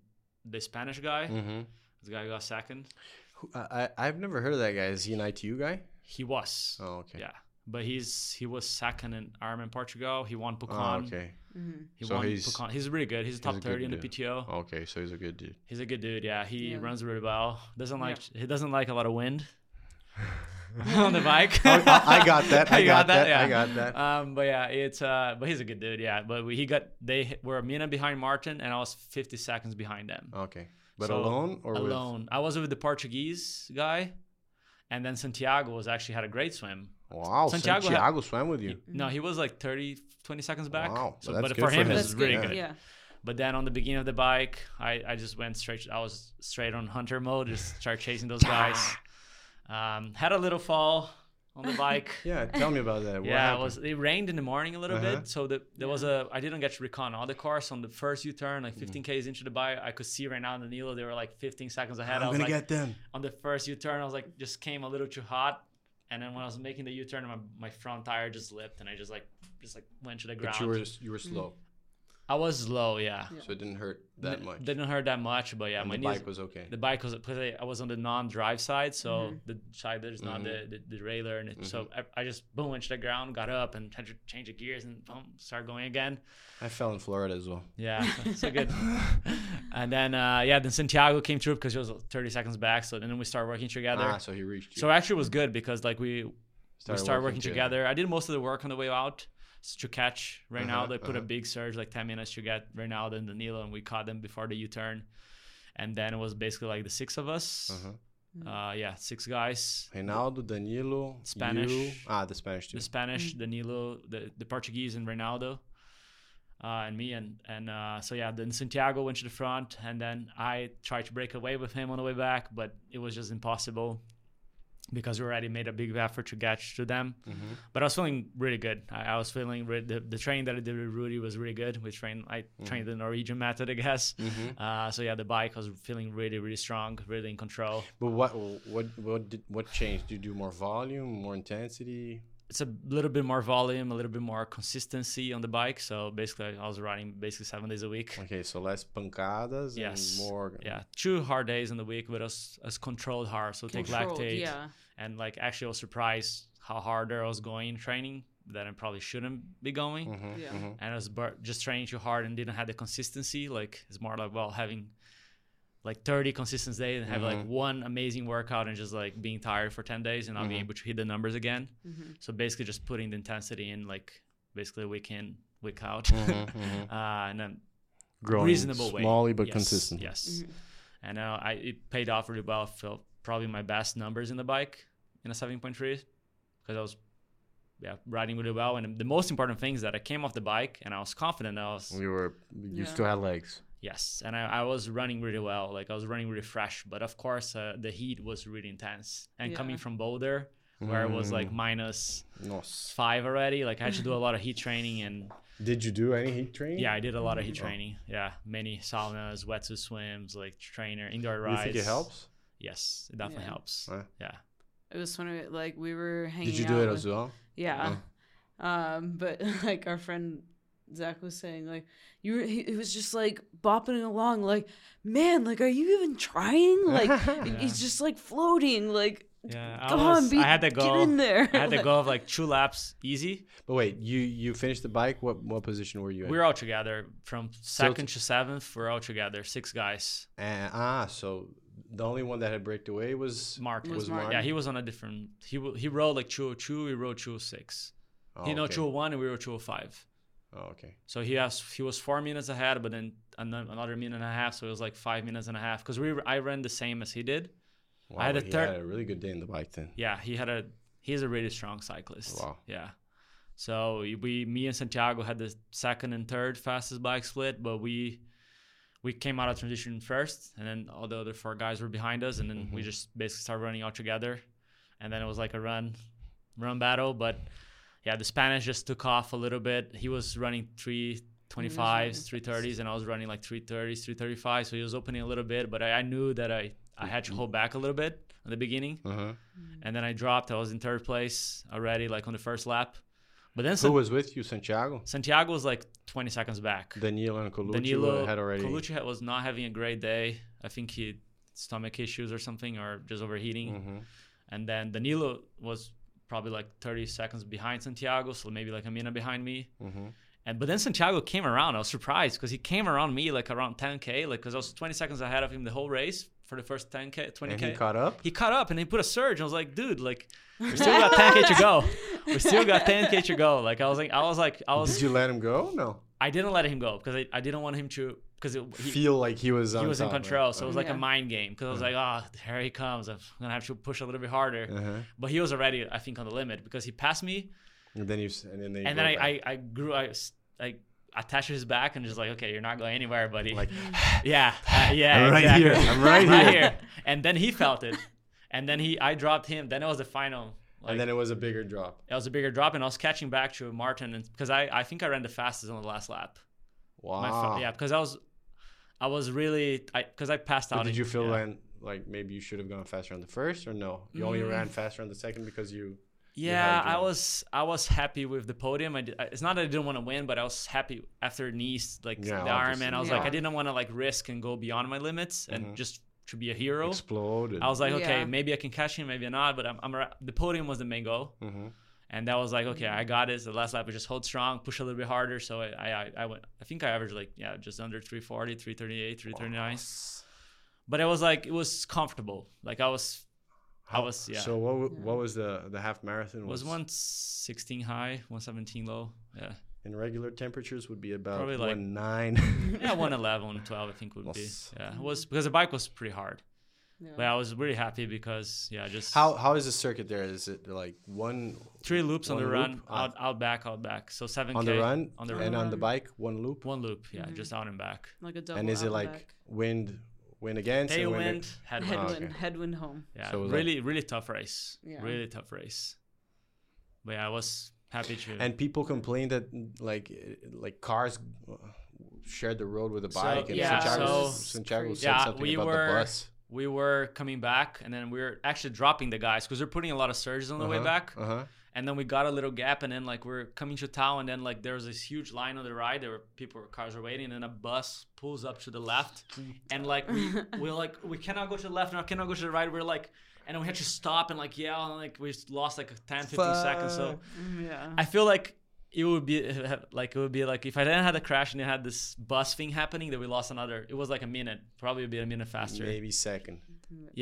the Spanish guy.
Mhm.
This guy got second.
Who- I, I I've never heard of that guy. Is he an ITU guy?
He was.
Oh okay.
Yeah, but he's he was second in Ironman Portugal. He won
Oh,
Pucon.
okay.
Mhm.
He
So
won
he's-
he's, Pucon. He's really good. He's
a
top
good
thirty in the
dude. Oh.
PTO.
Okay, so he's a good dude.
He's a good dude. Yeah, he
Yeah.
runs really well. Doesn't
Yeah.
like he doesn't like a lot of wind on the bike.
Oh, I I got that. I
You
got, that. I got that.
Um, but yeah, it's uh, but he's a good dude. Yeah, but we, he got they were a minute behind Martin, and I was fifty seconds behind them.
Okay. But
So,
alone Oh, or with-
alone. I was with the Portuguese guy, and then Santiago was actually had a great swim.
Wow, Santiago,
Santiago had-
swam with you.
No, he was like 30, 20 seconds back.
Wow,
So,
well, that's
but
good
for
for
him,
him.
it
That's
was really
good,
good.
Yeah.
But then on the beginning of the bike, I, I just went straight. I was straight on hunter mode, just start chasing those guys. Um, had a little fall on the bike.
Yeah, tell me about that. What
yeah, it
happened?
was. It rained in the morning a little
Uh-huh.
bit, so the, there was a. I didn't get to recon all the course on the first U turn, like
Mm-hmm.
15 k's into the bike. I could see right now in the Nilo, they were like 15 seconds ahead. I
I'm
was
gonna
like,
get them.
on the first U turn, I was like, just came a little too hot. And then when I was making the U turn, my, my front tire just slipped, and I just like just like went to the Mm. ground.
But you were you were slow,
I was slow, yeah.
Yeah.
so it didn't hurt that
N-
much.
Didn't hurt that much, but yeah,
and
my
the
knees.
bike was okay.
the bike was because I, I was on the non-drive side, so
Mhm.
the side that is not
Mm-hmm.
the, the derailleur, and it, so I, I just boom went to the ground, got up, and tried to change the gears, and boom, start going again.
I fell in Florida as well.
Yeah, so good. and then uh, yeah, then Santiago came through because he was 30 seconds back. So then we started working together.
Ah, so he reached you.
so actually, it was good because like we we started working together. I did most of the work on the way out s- to catch Reynaldo.
Uh-huh,
I put a
uh-huh.
big surge, like 10 minutes to get Reynaldo and Danilo, and we caught them before the U turn. And then it was basically like the six of us.
Uh-huh.
Uh, yeah, six guys.
Reinaldo, Danilo,
Spanish.
you- Ah, the Spanish too.
The Spanish, Danilo, the, the Portuguese, and Reynaldo. Uh, and me and and uh, so yeah then Santiago went to the front and then I tried to break away with him on the way back but it was just impossible because we already made a big effort to catch to them
Mhm.
but I was feeling really good. I, I was feeling re- the, the training that I did with Rudy was really good. We trained, I trained the Norwegian method, I guess.
Mhm.
Uh, so yeah, the bike I was feeling really, really strong, really in control.
But what what what did what changed? Did you do more volume, more intensity?
It's a little bit more volume, a little bit more consistency on the bike. So basically, I was riding basically seven days a week.
Okay, so less pancadas
Yes.
and more.
Yeah, two hard days in the week, but as as controlled hard. So take
Controlled,
lactate.
Yeah.
And like actually, I was surprised how harder I was going in training that I probably shouldn't be going.
Mhm,
Yeah.
mhm.
and I was bur- just training too hard and didn't have the consistency. Like it's more like well having like 30 consistent days and have like
Mhm.
one amazing workout and just like being tired for 10 days and not being
Mhm.
able to hit the numbers again.
Mhm.
So basically just putting the intensity in like basically week in, week out.
Mhm, mhm.
uh, and then
Growing
reasonable way.
smally but
Yes,
consistent.
Yes.
Mhm.
And uh, I it paid off really well. Felt probably my best numbers in the bike in a 7.3 because I was yeah riding really well. And the most important thing is that I came off the bike and I was confident. I was
We were. You
Yeah.
still had legs.
Yes, and I, I was running really well. Like I was running really fresh, but of course uh, the heat was really intense. And
Yeah.
coming from Boulder, where it was
Mm.
like minus
Mm-hmm. Nos.
five already. Like I had to do a lot of heat training and
Did you do any heat training?
yeah, I did a lot of heat
Oh.
training. Yeah, many saunas, wetsuit swims, like trainer, indoor
Do you
rides.
think it helps?
Yes, it definitely
Yeah.
helps.
Yeah.
Yeah.
It was when we, like we were hanging.
Did you
out
do it
with-
as well?
Yeah. Um, but like our friend Zach was saying, like you, were, he, he was just like bopping along, like man, like are you even trying? Like
Yeah.
he's just like floating, like
Yeah, I
come on,
was-
be,
I had to
get
go-
in there.
I had to
Like,
go of like two laps easy.
But wait, you you finished the bike. What what position were you in?
We were all together from second to seventh. We're all together, six guys.
Uh, ah, so the only one that had breaked away was
Mark
Was
was,
Mark.
yeah, he was on a different. He w- he rode like 202. We rode 206.
Oh,
he know
okay.
201 and we rode 205.
Oh, okay.
So he has he was four minutes ahead, but then ano- another minute and a half. So it was like five minutes and a half because we were- I ran the same as he did.
Wow,
had a
he
third-
had a really good day in the bike then.
Yeah, he had a he's a really strong cyclist.
Wow.
Yeah. So we me and Santiago had the second and third fastest bike split, but we we came out of transition first and then all the other four guys were behind us and then we
Mhm.
just basically started running all together. And then it was like a run run battle. But yeah, the Spanish just took off a little bit. He was running three twenty fives, three thirties, and I was running like three thirties, three thirty five. So he was opening a little bit, but I, I knew that I, I had to hold back a little bit in the beginning
Uh-huh.
and then I dropped. I was in third place already, like on the first lap. But then
Who
San-
was with you, Santiago?
Santiago was like 20 seconds back.
Danilo and Colucci
Danilo
had already.
Colucci had- was not having a great day. I think he had stomach issues or something, or just overheating.
Mhm.
And then Danilo was probably like 30 seconds behind Santiago, so maybe like a minute behind me.
Mhm.
And but then Santiago came around. I was surprised because he came around me like around 10k, like because I was 20 seconds ahead of him the whole race for the first 10k, 20k
And he caught up.
he caught up and he put a surge. I was like, dude, like we still got 10k to go. We still got 10k to go. Like I was like, I was like, I
Did
was,
you let him go? No.
I didn't let him go because I, I didn't want him to because he,
Feel like he was on
he was in
top, right?
control. So it was like
Yeah.
a mind game because I was like, ah, here he comes. I'm gonna have to push a little bit harder.
Uh-huh.
But he was already, I think, on the limit because he passed me
And then you s- and then, you
and then I,
broke
I I grew I s- I attached his back and just like, okay, you're not going anywhere, buddy.
Like,
yeah, uh, yeah,
I'm right
exactly.
here. I'm right here.
And then he felt it, and then he I dropped him. Then it was the final. Like,
and then it was a bigger drop.
it was a bigger drop, and I was catching back to Martin, and because I, I think I ran the fastest on the last lap.
Wow.
My fa- yeah, because I was, I was really, I because I passed
But
out.
did
in-
you feel
yeah.
then like maybe you should have gone faster on the first or no? You only
Mm.
ran faster on the second because you.
Yeah,
had
I
your-
was, I was happy with the podium. I, did, I it's not that I didn't want to win, but I was happy after Nice, like
Yeah,
the
obviously.
Ironman. I was like,
Yeah.
I didn't want to like risk and go beyond my limits and
Mhm.
just to be a hero.
Exploded.
I was like, okay,
Yeah.
maybe I can catch him, maybe not, but I'm, I'm ar- the podium was the main goal.
hmm
and that was like okay
Mm-hmm.
i got it the last lap was just hold strong push a little bit harder so i i, I- I went i think i averaged like yeah just under 340 338 339 but it was like it was comfortable like i was i was yeah
So what w-
Yeah.
what was the the half marathon
it was 116 high 117 low yeah
in regular temperatures would be about
Probably, like-
one nine.
yeah 111 112 i think would be
Nice.
yeah it was because the bike was pretty hard
Yeah.
but i was really happy because yeah just
how how is the circuit there? Is it like one
three loops on
one
the
loop?
run
Ah.
out out back out back so 7k
on the run Mm-hmm.
on the
and
run.
on the bike one loop?
one loop yeah
Mhm.
just out and back
like a double.
and is it
out
like
back.
wind wind against and wind
tailwind headwind
Ah, okay.
headwind, headwind home?
Yeah,
So it was like-
really, really tough race.
Yeah.
Really tough race. But yeah, I was happy to.
and people complain that like uh, like cars uh, shared the road with a
So,
bike and
yeah,
Santiago,
so-
Santiago said
Yeah,
something
we
about
were-
the bus
we were coming back, and then we were actually dropping the guys because we are putting a lot of surges on the way
Uh-huh,
back.
uh-huh.
And then we got a little gap, and then like we're coming to town, and then like there was this huge line on the right. There were people, cars were waiting, and then a bus pulls up to the left, and like we we're like we cannot go to the left, and I cannot go to the right. We're like, and then we had to stop and like yell, and like we lost like 10, 15 seconds. So
Fuck.
Mm, Yeah.
I feel like it would be like it would be like if I didn't have the crash and it had this bus thing happening that we lost another. It was like a minute, probably would be a minute faster.
maybe second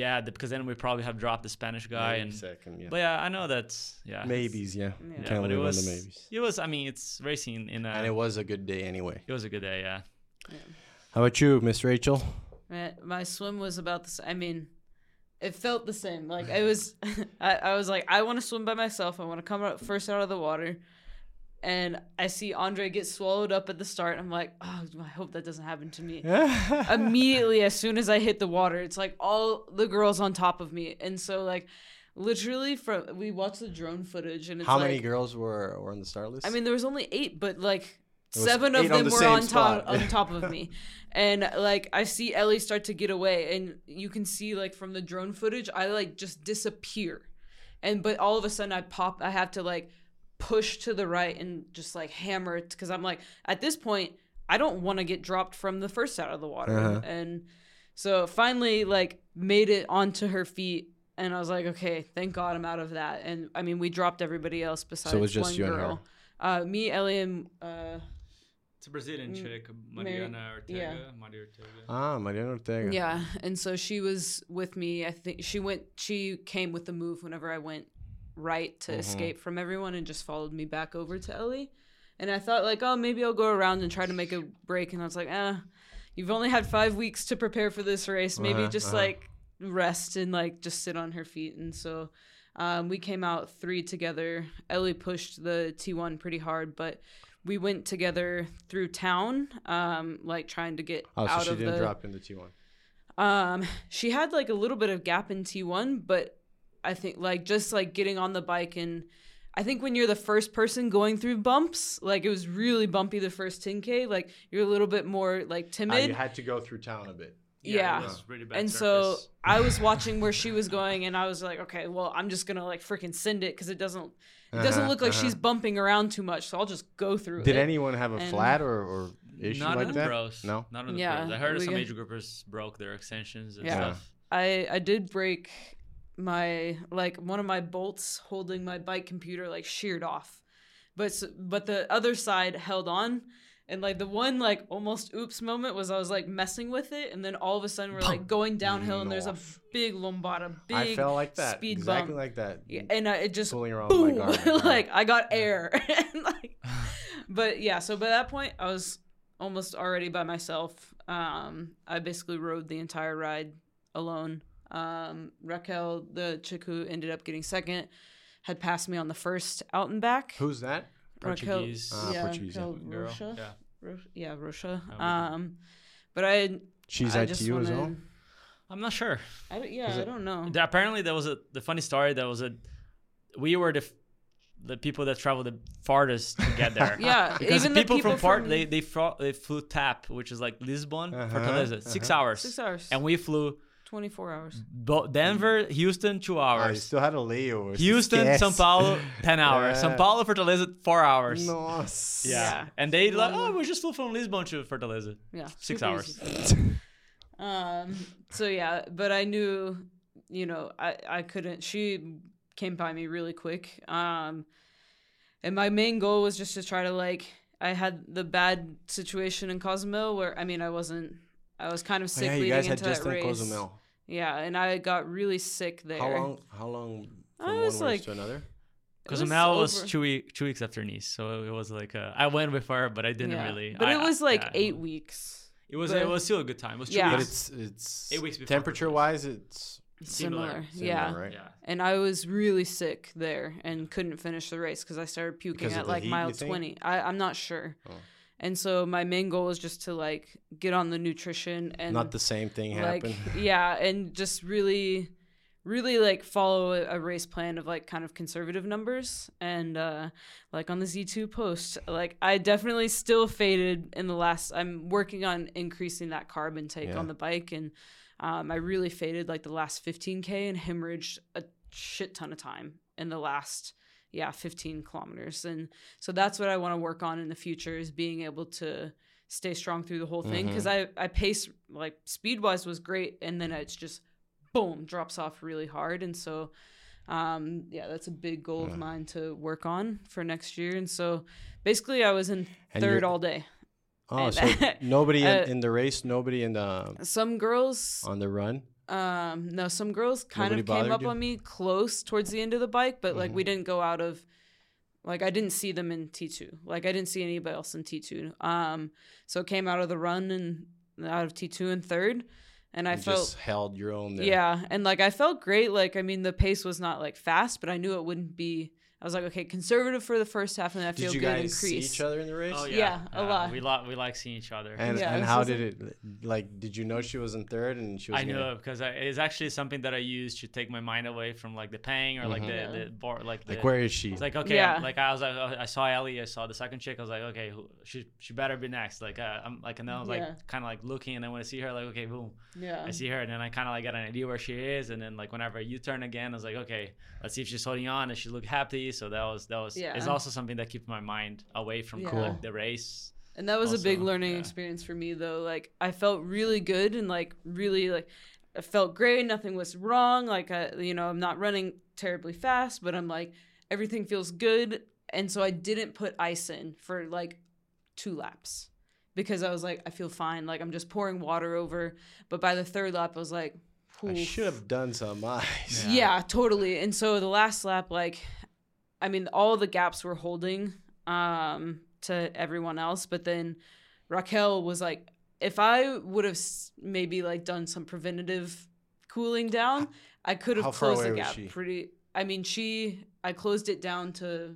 Yeah, th- because then we probably have dropped the Spanish guy
maybe
and.
second yeah
But yeah, I know that's yeah.
maybes yeah,
Yeah.
You
Yeah,
can't
but it
live on
was
the maybes
it was. I mean, it's racing in a.
and it was a good day anyway
it was a good day. Yeah.
how about you miss rachel
My, my swim was about the same. I mean, it felt the same. Like I was, I, I was like, I want to swim by myself. I want to come out first out of the water. And I see Andre get swallowed up at the start. I'm like, oh, I hope that doesn't happen to me. Immediately, as soon as I hit the water, it's like all the girls on top of me. And so, like, literally from we watched the drone footage and it's
How
like,
many girls were, were on the star list?
I mean, there was only eight, but like
It was
seven of
eight on
them
the
were
same
on top
spot.
on top of me, and like I see Ellie start to get away, and you can see like from the drone footage, I like just disappear, and but all of a sudden I pop, I have to like push to the right and just like hammer it because I'm like at this point I don't want to get dropped from the first out of the water,
Uh-huh.
and so finally like made it onto her feet. And I was like, okay, thank God I'm out of that. And I mean, we dropped everybody else besides
was just
one
you and her.
girl. Uh, me, Ellie, and uh,
It's a Brazilian
M-
chick,
Mary-
Mariana Ortega.
Mm, yeah.
Maria Ortega.
ah, Mariana Ortega.
yeah, and so she was with me. I think she went. She came with the move whenever I went right to
Mhm.
escape from everyone, and just followed me back over to Ellie. And I thought like, oh, maybe I'll go around and try to make a break. And I was like, ah, you've only had five weeks to prepare for this race. Maybe
Uh-huh,
just
uh-huh.
like rest and like just sit on her feet. And so. Um, we came out three together. Ellie pushed the T1 pretty hard, but we went together through town, um, like trying to get
Oh, so
out
she
of
didn't
the.
drop into T1.
Um, she had like a little bit of gap in T1, but I think like just like getting on the bike and I think when you're the first person going through bumps, like it was really bumpy the first 10k, like you're a little bit more like
Ah,
timid.
you had to go through town a bit.
yeah.
It was really bad
and so
surface.
I was watching where she was going and I was like, okay, well, I'm just going to like freaking send it cuz it doesn't it doesn't
Uh-huh,
look like
uh-huh.
she's bumping around too much, so I'll just go through
Did
it.
anyone have a
and-
flat or, or issue
Not
like
on
that?
the pros.
No?
Not on the
Yeah,
pros. I heard
we
some
got-
age groupers broke their extensions and
Yeah.
stuff.
I I did break my like one of my bolts holding my bike computer like sheared off, but s- but the other side held on, and like the one like almost oops moment was I was like messing with it, and then all of a sudden we're like going downhill and there's a
North.
big lombard, a big
I felt like that.
speed
exactly
bump.
like that.
Yeah, and I, it just
Pulling around Oh my
boom,
garment, yeah.
like I got air, and like, but yeah. So by that point, I was almost already by myself. Um, I basically rode the entire ride alone. Um, Raquel, the chick who ended up getting second, had passed me on the first out and back.
Who's that?
Raquel-
Portuguese
Ah,
yeah,
Portuguese, yeah.
Raquel
girl.
Rocha.
Yeah.
Ro- yeah, Rocha.
we can-
Um, but I,
She's
I
at
just
you as
wanna-
well?
I'm not sure.
I don't, yeah,
Is
I
it-
don't know.
There- apparently, there was a the funny story. There was a we were the f- the people that traveled the farthest to get there.
yeah,
Because
even
people,
the people
from Fort, they they, fro- they flew TAP, which is like Lisbon,
Uh-huh,
Fortaleza, 6 hours.
six hours
And we flew
twenty four hours.
Bo- Denver, Houston, two
I
hours.
Ah, Oh, still had a layover.
Houston,
Yes.
Sao Paulo, 10 hours. Sao
Yeah.
Paulo, Fortaleza, four hours.
Nossa.
Yeah.
Yeah.
And they like,
Long
oh,
one.
we just flew from Lisbon to Fortaleza.
Yeah,
Six
super
hours.
easy. Um. So yeah, but I knew, you know, I I couldn't. She came by me really quick. Um, and my main goal was just to try to like. I had the bad situation in Cozumel where I mean I wasn't. I was kind
Oh,
of sick
yeah, you
leading
guys had
into
just
that
done
race.
Cozumel.
Yeah, and I got really sick there.
How long? How long
I
from one
was
race
like-
to another?
It was
Cozumel was,
over-
two, week, two weeks after Nice. So it was like, uh, I went with her, but I didn't
yeah.
really.
But
I-
it was like
yeah.
eight weeks.
It was,
but-
it was still a good time. It was two
Yeah.
But
weeks.
it's it's
Eight weeks before
temperature wise, it's
Similar.
Similar.
similar,
Yeah.
right?
Yeah.
and I was really sick there and couldn't finish the race because I started puking
Because of
at
the
like
heat,
mile
you think?
twenty. I, I'm not sure.
Oh.
And so my main goal was just to like get on the nutrition and
Not the same thing
like
happened.
yeah, and just really, really like follow a, a race plan of like kind of conservative numbers and uh, like on the Z two post. Like I definitely still faded in the last. I'm working on increasing that carb intake
Yeah.
on the bike and um, I really faded like the last 15k and hemorrhaged a shit ton of time in the last yeah 15 kilometers and so that's what I want to work on in the future is being able to stay strong through the whole thing because
Mm-hmm.
I I pace like speed wise was great and then it's just boom drops off really hard and so um yeah that's a big goal
Yeah.
of mine to work on for next year and so basically I was in
And
third
you're-
all day
oh,
and-
so nobody in,
uh,
in the race, nobody in the
some girls
on the run.
um no some girls kind
Nobody
of came
bothered
up
you? Mm-hmm.
on me close towards the end of the bike but like we didn't go out of like i didn't see them in t2 like i didn't see anybody else in t2 um so it came out of the run and out of t2 and third and i
you
felt
just held your own there.
yeah and like i felt great like i mean the pace was not like fast but i knew it wouldn't be i I was like, okay, conservative for the first half, and then I feel
Did you
good.
guys
Increase.
see each other in the race?
Oh yeah,
Yeah, a lot.
We like we like seeing each other.
And
Yeah,
and
this
how
is a-
did it like? Did you know she was in third and she was?
I knew
gonna-
it because I, it's actually something that I use to take my mind away from like the pain or like
Mhm.
the
Yeah.
the bar, like the.
Like where is she?
it's like okay,
Yeah.
like I was like oh, I saw Ellie, I saw the second chick. I was like okay, who, she she better be next. Like uh, I'm like and then I was
Yeah.
like kind of like looking and then when I see her like okay boom
Yeah.
I see her and then I kind of like got an idea where she is and then like whenever you turn again I was like okay let's see if she's holding on and she looked happy so that was that was
Yeah.
it's also something that keeps my mind away from
Yeah.
like,
Cool.
the race
And that was a big
Also,
learning
yeah.
experience for me though. Like I felt really good and like really like I felt great. Nothing was wrong. Like I, you know, I'm not running terribly fast, but I'm like everything feels good. And so I didn't put ice in for like two laps because I was like I feel fine. Like I'm just pouring water over. But by the third lap, I was like,
I
"Oof."
should have done some eyes.
Yeah.
Yeah, totally. And so the last lap, like, I mean, all the gaps were holding um, to everyone else, but then Raquel was like, if I would have s- maybe like done some preventative cooling down, I could
How
have
far
closed the
away was
gap
she?
pretty. I mean, she, I closed it down to,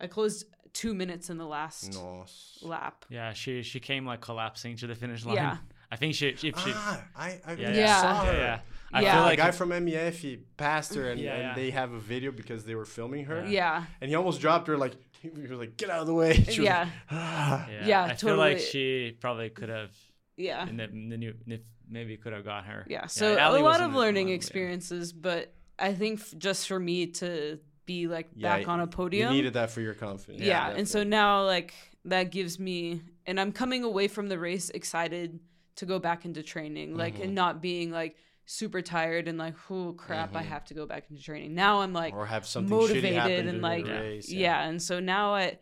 I closed two minutes in the last
No.
lap.
yeah she she came like collapsing to the finish line
Yeah.
I think she if she
Ah, I, I
yeah,
Yeah.
saw
yeah,
her.
yeah. I
Yeah.
feel
The
Ah. like
guy from MEF, he passed her, and,
Yeah,
and
yeah.
they have a video because they were filming her.
Yeah.
Yeah.
And he almost dropped her, like, he was like, get out of the way. She was like,
Yeah.
"Ah."
yeah,
yeah,
I feel like
totally.
she probably could have
Yeah.
in the, in the new if maybe could have got her
yeah so
Ellie
a
was
lot
in
of
the
learning
one, yeah.
experiences but i think f- just for me to be like
Yeah,
back on a podium
You needed that for your confidence.
yeah, and so now like that gives me and i'm coming away from the race excited to go back into training like and not being like super tired and like oh crap i
Mhm.
have to go back into training now i'm like
or have something shitty
motivated
happen
and,
during
like,
the race.
yeah. and so now i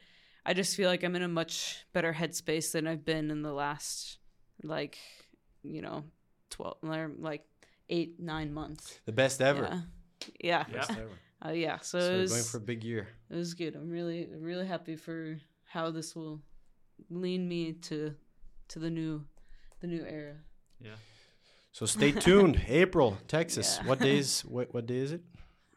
i just feel like i'm in a much better headspace than i've been in the last like you know 12 or, like eight nine months
The best ever.
yeah yeah
Yeah.
Best ever.
Uh, yeah so,
So
it,
we're
was,
going for a big year.
it was good i'm really really happy for how this will lean me to to the new the new era
yeah
So stay tuned. April, Texas.
Yeah.
What days? What, what day is it?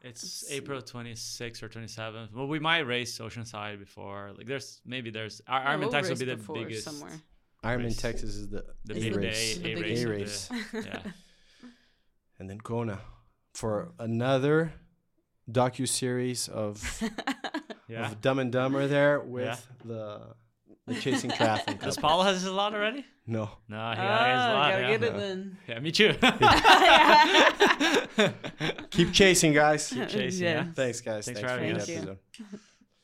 It's April 26th or 27th. Well, we might race Oceanside before. Like, there's maybe there's our
Yeah,
Ironman
we'll
Texas
race
will be the
before
biggest.
somewhere
Ironman
Race.
Texas is the
The
Is
big
the
race.
big-
A,
the
race.
big
of
race.
the- yeah.
and then Kona for another docu series of,
Yeah.
of Dumb and Dumber there with the the chasing traffic.
Does
couple.
Paulo has his lot already?
no,
No, he got
oh,
his lot.
gotta
Yeah.
get it
Yeah.
then
Yeah, me too.
Yeah.
keep chasing, guys.
Keep chasing.
Yeah.
Yeah.
Thanks, guys.
Thanks for having
the
us. Thank you.
episode.